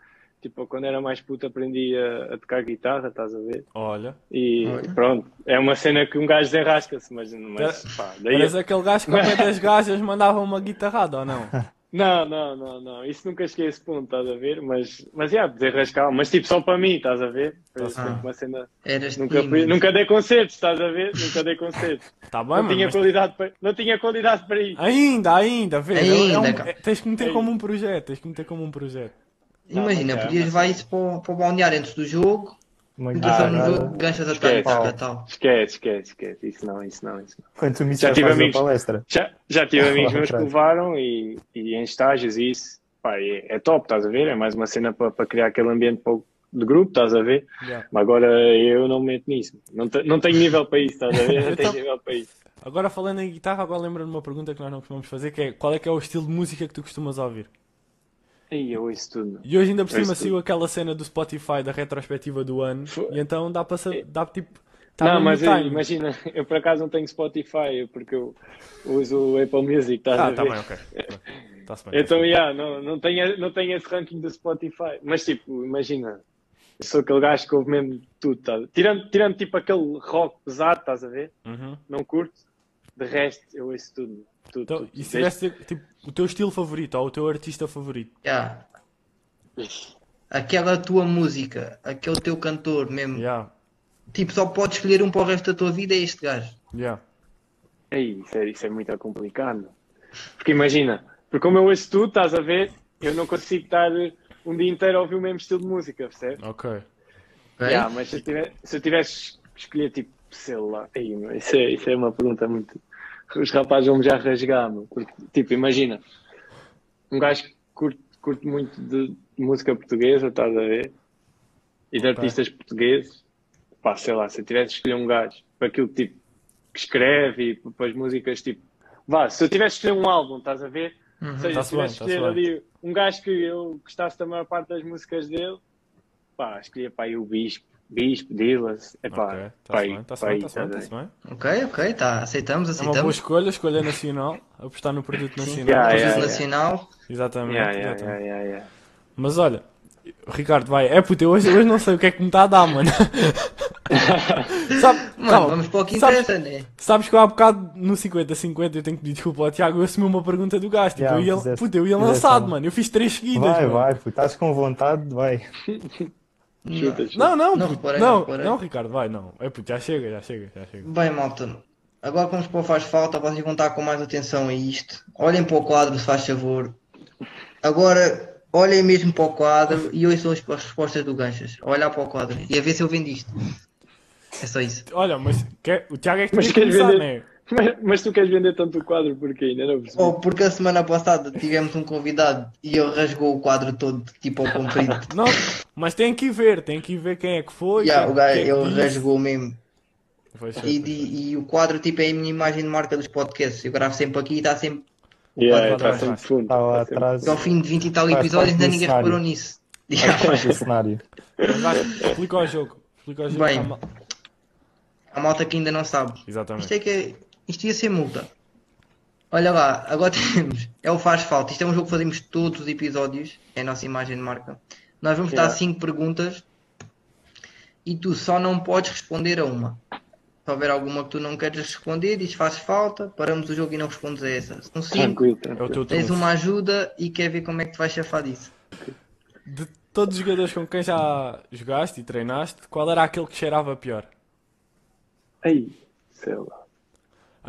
Tipo, quando era mais puto aprendi a, a tocar guitarra, estás a ver?
Olha.
E
Olha.
pronto, é uma cena que um gajo desenrasca-se, mas, mas pá, daí.
Eras aquele gajo que ao pé
(laughs)
das gajas mandava uma guitarrada ou não?
Não, não, não, não, isso nunca cheguei a esse ponto, estás a ver? Mas, mas, yeah, desenrascar, mas tipo só para mim, estás a ver? Foi
Ah.
sempre uma cena.
Eras
Nunca, fui-
tímido.
nunca dei concertos, estás a ver? Nunca dei concertos.
Tá bem,
Não
mano.
tinha
mas-
qualidade para, não tinha qualidade para ir.
Ainda, ainda, vê. é- é
Ainda,
um-
cara.
é- tens que meter
Ainda.
como um projeto, tens que meter como um projeto.
Imagina,
Não, mas é,
podias
mas-
levar isso para o, para o balneário antes do jogo,
Ah,
Uma
entração no
guitarra.
jogo, ganchas a
Esquece.
tática tal.
Esquece, esquece, esquece. Isso não, isso não, isso não.
Quando tu me
Já
já
tive
faz uma
amigos.
palestra.
Já, já
(laughs)
tive
Lá
amigos meus que
atrás.
levaram e, e em estágios e isso. Pá, é, é top, estás a ver? É mais uma cena para, para criar aquele ambiente para o- de grupo, estás a ver?
Yeah.
Mas agora eu não me meto nisso. Não, te- não tenho nível para isso, estás a ver? Não
Eu
tenho
tam-
nível para isso.
Agora falando em guitarra, agora lembra-me de uma pergunta que nós não costumamos fazer, que é qual é que é o estilo de música que tu costumas ouvir?
Aí eu ouço tudo.
E hoje ainda por
É isso
cima saiu aquela cena do Spotify da retrospectiva do ano,
Foi. É.
e então dá para sa- dá tipo. Tá
não,
no
mas eu-
time.
imagina, eu por acaso não tenho Spotify, porque eu uso o Apple Music, estás a
Ah,
ver?
tá bem, ok. Tá-se bem.
é. Então, yeah, não, não, tenho, não tenho esse ranking do Spotify. Mas, tipo, imagina, eu sou aquele gajo que ouve mesmo tudo, tá? tirando, tirando, tipo, aquele rock pesado, estás a ver?
Uhum.
Não curto. De resto, eu ouço tudo. tudo,
Então,
tudo.
e se tivesse tipo, o teu estilo favorito ou o teu artista favorito?
Yeah.
Desde-
Aquela tua música, aquele teu cantor
Hum.
mesmo.
Yeah,
Tipo, só podes escolher um para o resto da tua vida é este gajo.
yeah.
Ei, isso, é, isso é muito complicado. Porque imagina, porque como eu ouço tudo, estás a ver, eu não consigo estar um dia inteiro a ouvir o mesmo estilo de música, percebes?
Ok.
ok?
Yeah, mas se eu, tivesse, se eu tivesse que escolher, tipo, sei lá, aí, meu, isso, é, isso é uma pergunta muito. Os rapazes vão já rasgar, meu, porque, tipo, imagina, um gajo que curte, curte muito de música portuguesa, estás a ver? E de artistas portugueses, pá, sei lá, se eu tivesse que escolher um gajo para aquilo que, tipo, que escreve e para as músicas, tipo, vá, se eu tivesse que escolher um álbum, estás a ver? Ou seja,
Uhum, Tá-se
se tivesse que
bem,
escolher
tá-se
ali um gajo que eu gostasse da maior parte das músicas dele pá, escolhia pá, aí o Bispo, Bispo, Dillas, é pá,
Ok.
pá,
Tá-se
aí,
bem, tá-se
pá,
bem,
aí,
tá-se bem,
tá
tá-se
bem.
bem.
Ok, ok, tá. Aceitamos,
É uma boa
aceitamos.
escolha, escolha nacional, apostar no produto nacional.
Yeah,
Às
yeah.
vezes nacional.
Exatamente,
Yeah, yeah,
exatamente.
yeah, yeah, yeah.
Mas olha, Ricardo, vai, é puto, eu hoje, hoje não sei o que é que me está a dar,
(laughs)
mano. Sabe,
Mano,
calma,
vamos para o que
sabes,
interessa, né?
sabes que eu há bocado no 50-50 eu tenho que pedir desculpa ao Tiago, eu assumi uma pergunta do gajo, tipo,
Yeah,
eu ia,
fizeste-
puto, eu ia
fizeste
lançado,
uma.
mano, eu fiz três seguidas,
Vai,
mano.
vai, puto. Estás com vontade, vai.
Chuta, chuta.
Não, não,
Não
puto,
reparei,
não,
não reparei.
não, Ricardo, vai, não. É puto, já chega, já chega, já chega.
Bem, malta, agora como o Sport faz falta, vocês vão estar com mais atenção a isto. Olhem para o quadro, se faz favor. Agora, olhem mesmo para o quadro e ouçam as as respostas do Ganchas. A Olhar para o quadro e a ver se eu vendo isto. É só isso.
Olha, mas quer- o Tiago é que
Mas
tem que
queres
começar, não
vender-
é?
Mas, mas tu queres vender tanto o quadro porque ainda não percebi.
Ou porque a semana passada tivemos um convidado e ele rasgou o quadro todo, tipo ao comprido.
Não, mas tem que ir ver, tem que ir ver quem é que foi.
Yeah,
quem-
o gajo,
quem é que
ele
disse.
rasgou mesmo.
Foi chato,
E,
foi chato.
e- e o quadro tipo é a minha imagem de marca dos podcasts. Eu gravo sempre aqui e está sempre.
Yeah,
quadro
está
atrás.
sempre fundo.
Está lá
tá sempre-
atrás.
Ao fim de 20 e tal
Faz
episódios
parte
ainda
do
ninguém
cenário.
reparou nisso. (laughs)
Esse cenário.
Mas vai, explica o jogo. Explica o jogo.
Bem.
à mal-
A malta que ainda não sabe. Isto
Exatamente.
é que é- Isto ia ser multa. Olha lá, agora (laughs) temos. É o faz falta. Isto é um jogo que fazemos todos os episódios. É a nossa imagem de marca. Nós vamos
É.
Yeah.
dar 5 perguntas e tu só não podes responder a uma. Se houver alguma que tu não queres responder, diz faz falta, paramos o jogo e não respondes a essa. São 5,
Tranquilo, tá.
É o
tranquilo.
teu
tens
trunfo.
uma ajuda e quer ver como é que te vais chafar disso.
De todos os jogadores com quem já jogaste e treinaste, qual era aquele que cheirava pior?
Ei, sei lá.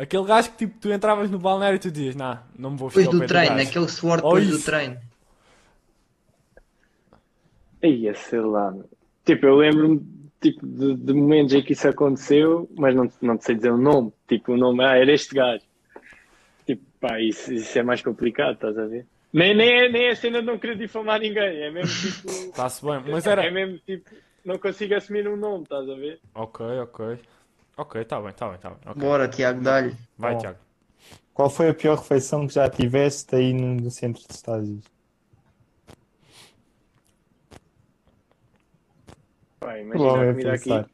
Aquele gajo que tipo, tu entravas no balneário e tu dizias, nah, não me vou
Depois
ficar
do treino, aquele suor
Oh,
depois do
isso.
treino.
Ei, sei lá. meu. Tipo, eu lembro-me tipo, de, de momentos em que isso aconteceu, mas não, não te sei dizer o nome. Tipo, o nome, ah, era este gajo. Tipo, pá, isso, isso é mais complicado, estás a ver? Nem, nem, é- nem é a cena de não querer difamar ninguém, é mesmo tipo.
Está-se bem, mas
É
era.
mesmo tipo, não consigo assumir um nome, estás a ver?
Ok, ok. Ok, está bem, está bem, está bem. ok.
Bora, Tiago, dá-lhe.
Vai,
Bom.
Tiago.
Qual foi a pior refeição que já tiveste aí no, no centro de estágios?
Pá,
Bom,
imagina
é
a comida aqui.
pensar.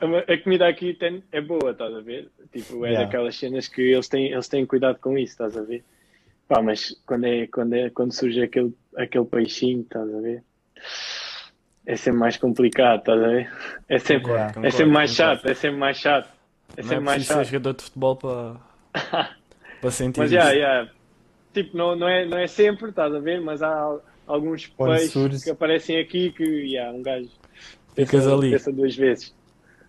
A, a comida aqui tem, é boa, estás a ver? Tipo, é
Yeah.
daquelas cenas que eles têm, eles têm cuidado com isso, estás a ver? Pá, mas quando, é, quando, é, quando surge aquele, aquele peixinho, estás a ver? É sempre mais complicado, estás a ver? É sempre,
Concordo,
é
concordo,
sempre mais
concordo.
chato, é sempre mais chato. É
Não é
sempre mais
preciso ser
chato.
jogador de futebol para.
(laughs)
para sentir
Mas
isso.
já, já. Tipo, não, não, é, não é sempre, estás a ver? Mas há al- alguns
Quando
peixes
surge.
que aparecem aqui que, já, um gajo
Ficas ali.
pensa duas vezes.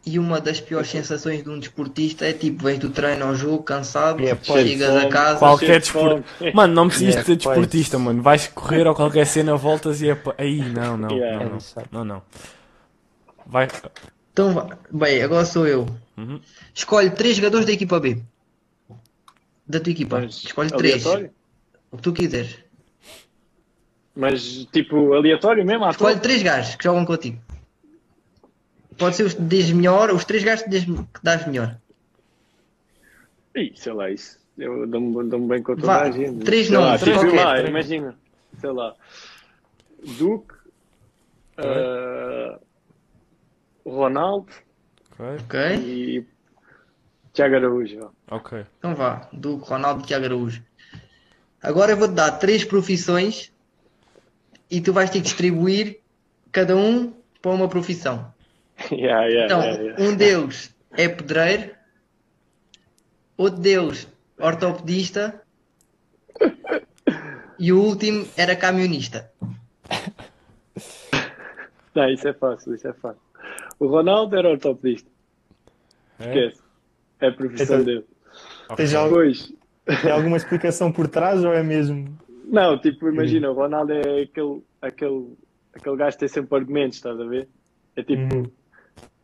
E uma das piores sensações de um desportista é tipo, vens do treino ao jogo, cansado,
É, pois,
chegas a
fome,
casa,
Qualquer
Cheio de fome. (laughs)
desportista. Mano, não precisas de ser
Yeah, pois.
desportista, mano. Vais correr ou qualquer cena, voltas e é. pa- Aí, não, não,
Yeah.
não, não. Não, não. Vai.
Então, vá. bem, agora sou eu.
Uhum.
Escolhe três jogadores da equipa B. Da tua equipa.
Mas
Escolhe
é
três.
aleatório?
O que tu quiseres.
Mas tipo, aleatório mesmo? à
Escolhe
toa?
três gajos que jogam contigo. Pode ser os que dizes melhor, os três gajos que dizes- que dás melhor.
Ih, sei lá, isso. Eu dou-me dou-me bem com toda
Vá,
a gente.
três
Sei
nomes,
lá,
três
tipo,
qualquer,
lá,
três.
imagina. Sei lá. Duque. ah, Ronaldo
Ok,
Ok?
e Tiago Araújo. (laughs) vá.
ok.
Então vá, do Ronaldo e Tiago Araújo. Agora eu vou-te dar três profissões e tu vais ter que distribuir cada um para uma profissão.
Yeah, yeah,
Então,
yeah, yeah.
um deles é pedreiro, outro deles ortopedista e o último era camionista.
Não, isso é fácil, isso é fácil. O Ronaldo era ortopedista,
É?
esquece. É a profissão
Então-
dele.
Tens al-
Pois,
tem alguma explicação por trás ou é mesmo?
não, tipo, imagina, o Ronaldo é aquele, aquele, aquele gajo que tem sempre argumentos, estás a ver? É tipo,
Hum,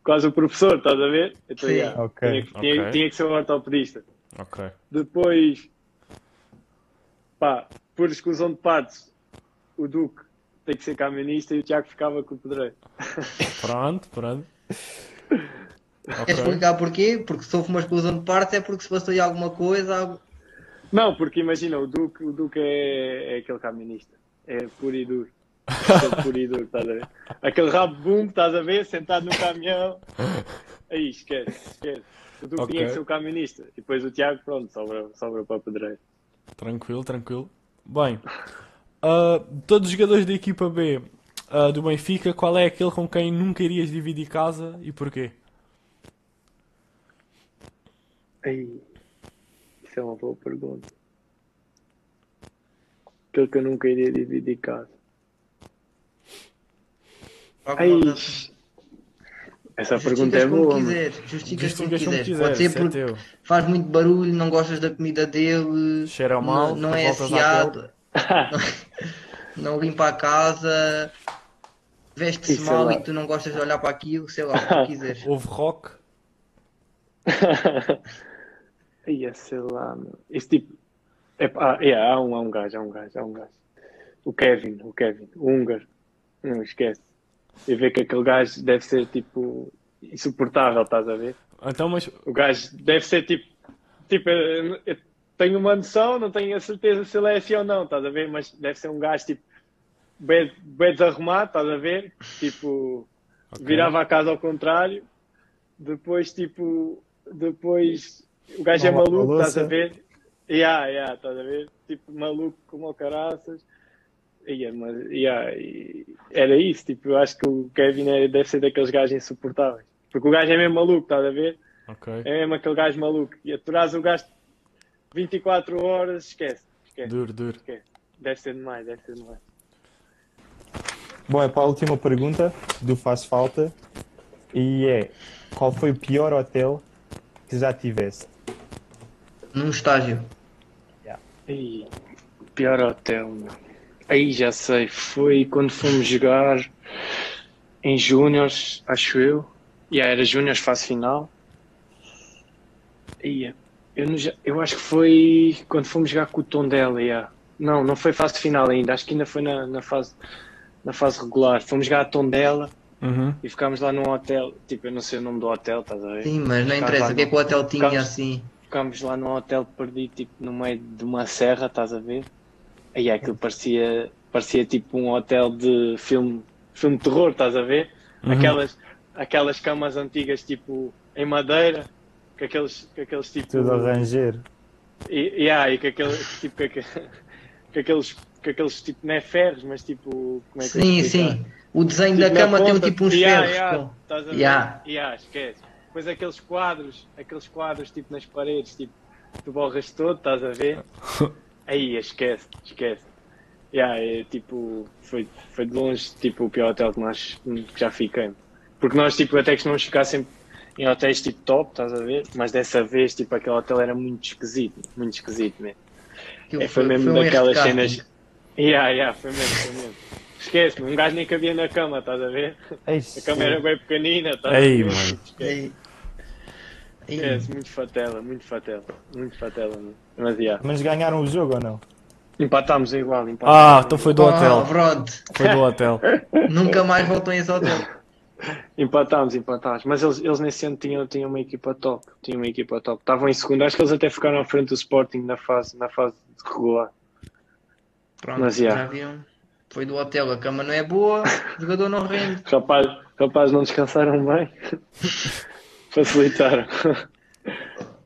quase o professor, estás a ver? Então,
Sim.
yeah,
Ok,
tinha, que- tinha-
ok.
tinha que ser um ortopedista.
Ok.
Depois, pá, por exclusão de partes, o Duque tem que ser camionista e o Tiago ficava com o pedreiro.
Pronto,
(laughs)
pronto.
Queres
Ok.
explicar porquê? Porque se houve uma exclusão de parte é porque se passou aí alguma coisa. algo-
Não, porque imagina, o Duque, o Duque é, é aquele camionista. É puro e duro. É Aquele puro e duro, estás a ver? Aquele rabo boom, estás a ver? Sentado no caminhão. Aí, esquece, esquece. O Duque
Ok.
tinha que ser o camionista. E depois o Tiago, pronto, sobra, sobra para o pedreiro.
Tranquilo, tranquilo. Bem, ah, de todos os jogadores da equipa B ah, do Benfica, qual é aquele com quem nunca irias dividir casa e porquê?
Aí, isso é uma boa pergunta. Aquele que eu nunca iria dividir casa.
algo
Ai,
nada.
essa
Justificas
pergunta é
como
boa, mano.
quiseres. Justificas como
Justificas como
quiseres.
quiseres,
Pode ser
isso é
porque
teu.
faz muito barulho, não gostas da comida dele,
Cheira
não-
mal,
não,
tu
é
voltas
afiado, (laughs) não limpa a casa, veste-se
Isso é
mal
lá.
e tu não gostas de olhar para aquilo, sei
(laughs)
lá, o que tu quiseres.
Houve rock?
(laughs) Ia, sei lá, meu. Esse tipo. É, pá, é, há, um, há um gajo, há um gajo, há um gajo. O Kevin, o Kevin, o húngaro. Não esquece. E vê que aquele gajo deve ser tipo. insuportável, estás a ver?
Então, mas
O gajo deve ser tipo. Tipo, eu, eu tenho uma noção, não tenho a certeza se ele é assim ou não, estás a ver? Mas deve ser um gajo tipo. bem, bem desarrumado, estás a ver? Tipo, virava a casa ao contrário. Depois, tipo, depois o gajo é
Lava a
maluco,
louça.
estás a ver? Yeah, yeah, estás a ver? Tipo, maluco como o caraças. Yeah, mas, yeah, e era isso, tipo, eu acho que o Kevin é- deve ser daqueles gajos insuportáveis. Porque o gajo é mesmo maluco, estás a ver?
Ok.
É mesmo aquele gajo maluco. E aturas o gajo 24 horas, esquece. esquece.
Duro, duro.
Deve ser demais, deve ser demais.
Bom, é para a última pergunta do Faz Falta. E é: qual foi o pior hotel que já tiveste?
Num estágio.
Ih, pior hotel, meu. Aí já sei, foi quando fomos jogar em Júniors, acho eu. E yeah, era Júniors, fase final. Aí, eu, não já- eu acho que foi quando fomos jogar com o Tondela, yeah. Não, não foi fase final ainda, acho que ainda foi na, na fase, na fase regular. Fomos jogar a Tondela
Uhum.
e ficámos lá num hotel, tipo, eu não sei o nome do hotel, estás a ver?
Sim, mas não
Ficámos
interessa.
lá
O que é que o hotel tinha
Ficámos-
assim?
Ficámos lá num hotel perdido, tipo, no meio de uma serra, estás a ver? Aí é aquilo parecia, parecia tipo um hotel de filme, filme de terror, estás a ver? Aquelas, aquelas camas antigas, tipo, em madeira, com aqueles, com aqueles tipo.
Tudo a ranger.
E, e, ah, e com aqueles, tipo, com, aque- (laughs) com aqueles, com aqueles, tipo, não é ferros, mas tipo, como é que eu
Sim,
ia explicar?
sim. O desenho
Tipo,
da
na
cama tem
ponta.
tipo uns
Yeah,
ferros.
yeah,
pô.
estás a ver?
Yeah.
Yeah, esquece. Depois aqueles quadros, aqueles quadros tipo nas paredes, tipo, tu borras todo, estás a ver? Aí, esquece, esquece. Yeah, é, tipo, foi, foi de longe tipo, o pior hotel que nós que já fiquei. Porque nós tipo, até que não ficar sempre em hotéis tipo top, estás a ver? Mas dessa vez tipo, aquele hotel era muito esquisito, muito esquisito mesmo.
Aquilo
É, foi mesmo
um erro de
daquelas
casting.
cenas. Yeah, yeah, foi mesmo, foi mesmo. Esquece-me, um gajo nem cabia na cama, estás a ver? A cama era bem pequenina, estás a
Ei,
ver?
mano.
Esquece,
Ei. Ei.
esquece, muito fatela, muito fatela, muito fatela, mano. Mas yeah.
Mas ganharam o jogo ou não?
Empatámos igual, empatámos.
Ah, então foi do
Oh,
hotel.
Brod,
Foi do
(laughs)
hotel.
É.
nunca mais voltam a esse hotel.
Empatámos, empatámos. Mas eles, eles nesse ano tinham, tinham uma equipa top. Tinham uma equipa top. Estavam em segundo, acho que eles até ficaram à frente do Sporting na fase, na fase regular.
Pronto,
Mas, yeah.
já viram. Foi do hotel, a cama não é boa, o jogador não rende.
Rapaz, rapaz, não descansaram bem. (laughs) Facilitaram.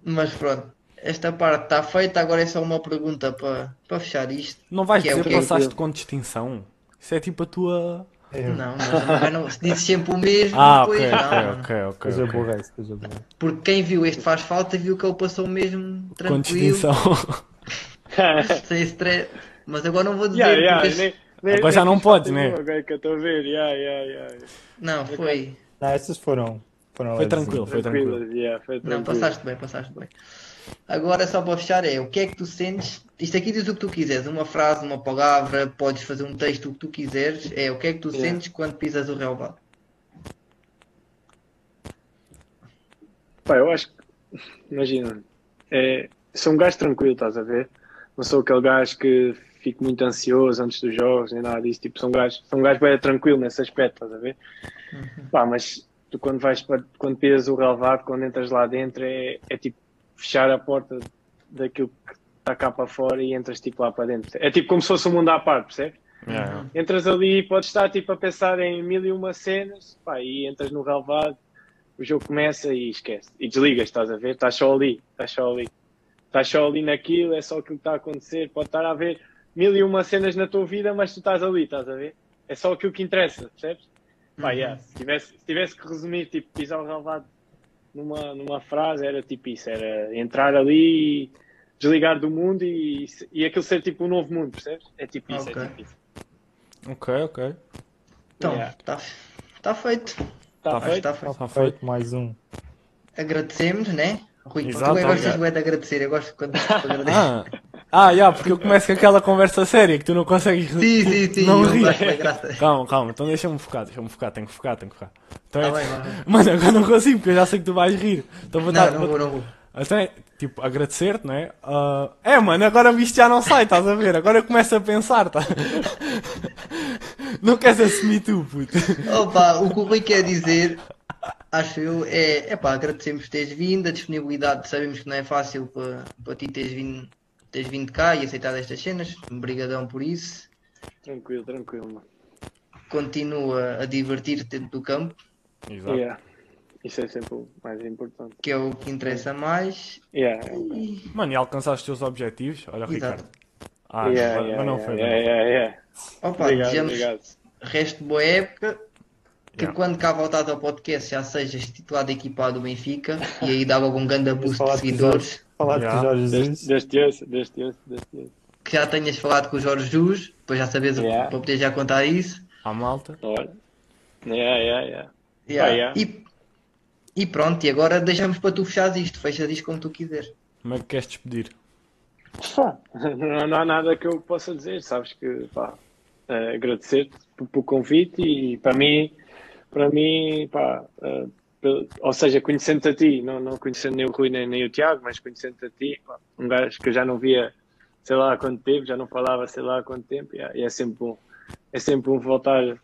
Mas pronto, esta parte está feita, agora é só uma pergunta para para fechar isto.
Não vais
Que é o
dizer
quê?
que passaste com distinção? Isso é tipo a tua.
Não, mas não, é não, se dizes sempre o mesmo,
Ah,
depois
ok,
não. mano.
ok, ok,
Coisa
ok. ok.
aborrece, coisa aborrece.
Porque quem viu este faz falta viu que ele passou mesmo
Com
tranquilo, (laughs)
distinção.
sem stress. Mas agora não vou dizer
(laughs) Yeah, yeah,
porque.
nem- nem-
Agora já
nem
não
fiz
podes,
parte
né?
nenhuma, (laughs) Agora que eu estou a ver, yeah, yeah, yeah.
Não, foi.
Não, essas foram. foram
Foi
levezinhas.
tranquilo, foi tranquilo.
Tranquilas, yeah, foi
Não,
tranquilo.
passaste bem, passaste bem. Agora só para fechar é o que é que tu sentes? Isto aqui diz o que tu quiseres, uma frase, uma palavra, podes fazer um texto, o que tu quiseres. É o que é que tu
Yeah.
sentes quando pisas o relvado?
Pá, eu acho que, imagina, é, sou um gajo tranquilo, estás a ver? Não sou aquele gajo que fico muito ansioso antes dos jogos, nem nada disso. Tipo, sou um gajo, sou um gajo bem tranquilo nesse aspecto, estás a ver?
Uhum.
Pá, mas tu quando vais para, quando pisas o relvado, quando entras lá dentro, é, é tipo fechar a porta daquilo que está cá para fora e entras tipo lá para dentro. É tipo como se fosse um mundo à parte, percebes?
Yeah.
entras ali e podes estar tipo a pensar em mil e uma cenas, pá, e entras no relvado, o jogo começa e esquece. E desligas, estás a ver? Estás só ali, estás só ali. Estás só ali naquilo, é só aquilo que está a acontecer. Pode estar a haver mil e uma cenas na tua vida, mas tu estás ali, estás a ver? É só aquilo que interessa, percebes? Pá, yeah, se, tivesse, se tivesse que resumir, tipo, pisar o relvado numa, numa frase, era tipo isso, era entrar ali e desligar do mundo e, e aquilo ser tipo um novo mundo, percebes? É tipo isso,
Ok.
é tipo isso.
Ok, ok.
Então,
Yeah.
está tá feito.
Tá
Acho que
feito?
está feito.
Está feito.
Feito mais um.
Agradecemos, né? Rui, tu
Exato,
também gostas
obrigado.
bué de agradecer, eu gosto
(laughs)
quando tu agradeces.
Ah, ah yeah, porque eu começo com aquela conversa séria que tu não consegues.
Sim, sim, sim,
Não
eu
ri.
gosto da graça.
(laughs) Calma, calma, então deixa-me focar, deixa-me focar, tenho que focar, tenho que focar. Então,
Tá
é-
bem, vai, vai.
Mano, agora não consigo, porque eu já sei que tu vais rir. Então vou
Não,
dar.
não vou, não vou.
Até, tipo, agradecer-te, não é? Ah, é, mano, agora isto já não sai, estás a ver? Agora eu começo a pensar, tá? (laughs) Não queres assumir tu, puto.
Opa, o que o Rui quer dizer, acho eu, é, epá, agradecemos teres vindo, a disponibilidade, sabemos que não é fácil para, para ti teres vindo, teres vindo cá e aceitado estas cenas, brigadão por isso.
Tranquilo, tranquilo, mano.
Continua a divertir-te dentro do campo,
Exato.
Yeah. Isso é sempre o mais importante.
que é o que interessa mais.
Yeah.
Mano, e alcançar os teus objetivos? Olha, o
Exato.
Ricardo. Ah,
yeah,
mas-
yeah,
mas não
yeah,
foi.
yeah,
bem.
yeah, yeah.
Opa,
Obrigado,
desejamos
obrigado.
resto de boa época. Que
Yeah.
quando cá voltado ao podcast já sejas titular da equipa do Benfica e aí dava algum grande boost
Falar
de
de
seguidores.
Falar de
Yeah.
Jorge
Deste
Jesus.
deste osso, deste osso, deste osso.
Que já tenhas falado com o Jorge Jus, depois já sabes
Yeah.
para poder já contar isso.
À malta.
Olha. Yeah, yeah, yeah. (laughs)
Yeah.
Ah, yeah.
E, e pronto, e agora deixamos para tu fechares isto, fechas isto como tu quiseres.
Como é que queres despedir?
(laughs) Pá, Não, não há nada que eu possa dizer, sabes que pá, eh, agradecer-te p- pelo convite e para mim, para mim, pá, eh, pe- ou seja, conhecendo-te a ti, não, não conhecendo nem o Rui nem, nem o Tiago, mas conhecendo-te a ti, pá, um gajo que eu já não via sei lá há quanto tempo, já não falava sei lá há quanto tempo, e é, e é sempre bom, é sempre bom voltar,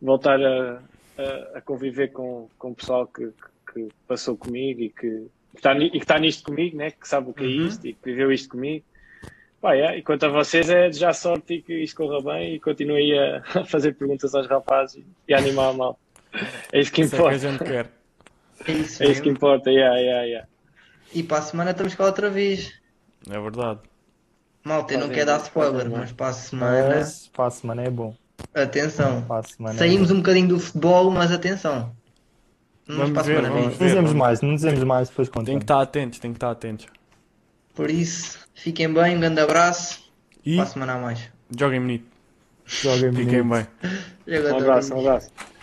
voltar a, a, a conviver com, com o pessoal que, que- que passou comigo e que está, ni- e que está nisto comigo, né? que sabe o que é
Uhum.
isto e que viveu isto comigo. Pá, é, E quanto a vocês, é desejar sorte e que isto corra bem e continuem a (laughs) a fazer perguntas aos rapazes e a animar a mal. É isso que
Isso é que a
importa,
gente quer.
É isso
é isso que
mesmo.
importa, yeah, yeah, yeah.
E para a semana estamos cá outra vez.
É verdade.
Malta, eu não
Fazem
quero dar
bem,
spoiler,
fazem bem.
mas para a
né?
semana,
Mas para a semana é bom.
atenção.
Para a semana é
Saímos
bom.
um bocadinho do futebol, mas atenção. Vamos
Vamos
para a
ver,
semana
vamos
mesmo.
Não dizemos
Vamos.
mais, não dizemos mais, depois
Tem
(laughs)
que tá-
contamos.
estar atentos, tem que estar atentos.
Por isso, fiquem bem, um grande abraço.
E
Para a semana a mais.
joguem bonito,
Joguem
fiquem
bonito.
bem.
Um abraço, um abraço.